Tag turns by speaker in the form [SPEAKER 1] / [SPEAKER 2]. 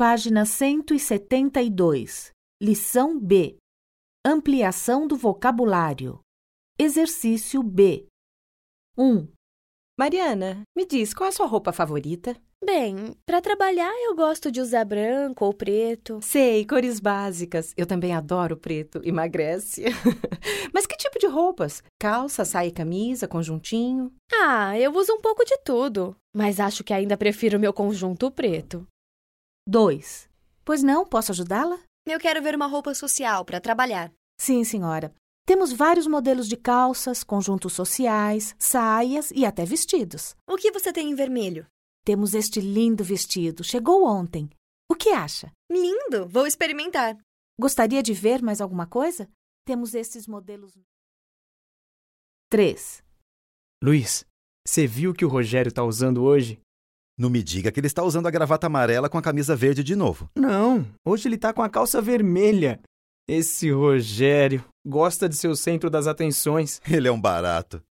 [SPEAKER 1] Página 172. Lição B. Ampliação do vocabulário. Exercício B. 1,
[SPEAKER 2] Mariana, me diz qual é a sua roupa favorita?
[SPEAKER 3] Bem, para trabalhar eu gosto de usar branco ou preto.
[SPEAKER 2] Sei, cores básicas. Eu também adoro preto, emagrece. Mas que tipo de roupas? Calça, saia, e camisa, conjuntinho?
[SPEAKER 3] Ah, eu uso um pouco de tudo, mas acho que ainda prefiro meu conjunto preto.
[SPEAKER 1] 2. Pois não, posso ajudá-la?
[SPEAKER 4] Eu quero ver uma roupa social para trabalhar.
[SPEAKER 1] Sim, senhora. Temos vários modelos de calças, conjuntos sociais, saias e até vestidos.
[SPEAKER 4] O que você tem em vermelho?
[SPEAKER 1] Temos este lindo vestido, chegou ontem. O que acha?
[SPEAKER 4] Lindo! Vou experimentar.
[SPEAKER 1] Gostaria de ver mais alguma coisa? Temos esses modelos. 3.
[SPEAKER 5] Luiz, você viu o que o Rogério tá usando hoje?
[SPEAKER 6] Não me diga que ele está usando a gravata amarela com a camisa verde de novo.
[SPEAKER 5] Não, hoje ele tá com a calça vermelha. Esse Rogério gosta de ser o centro das atenções.
[SPEAKER 6] Ele é um barato.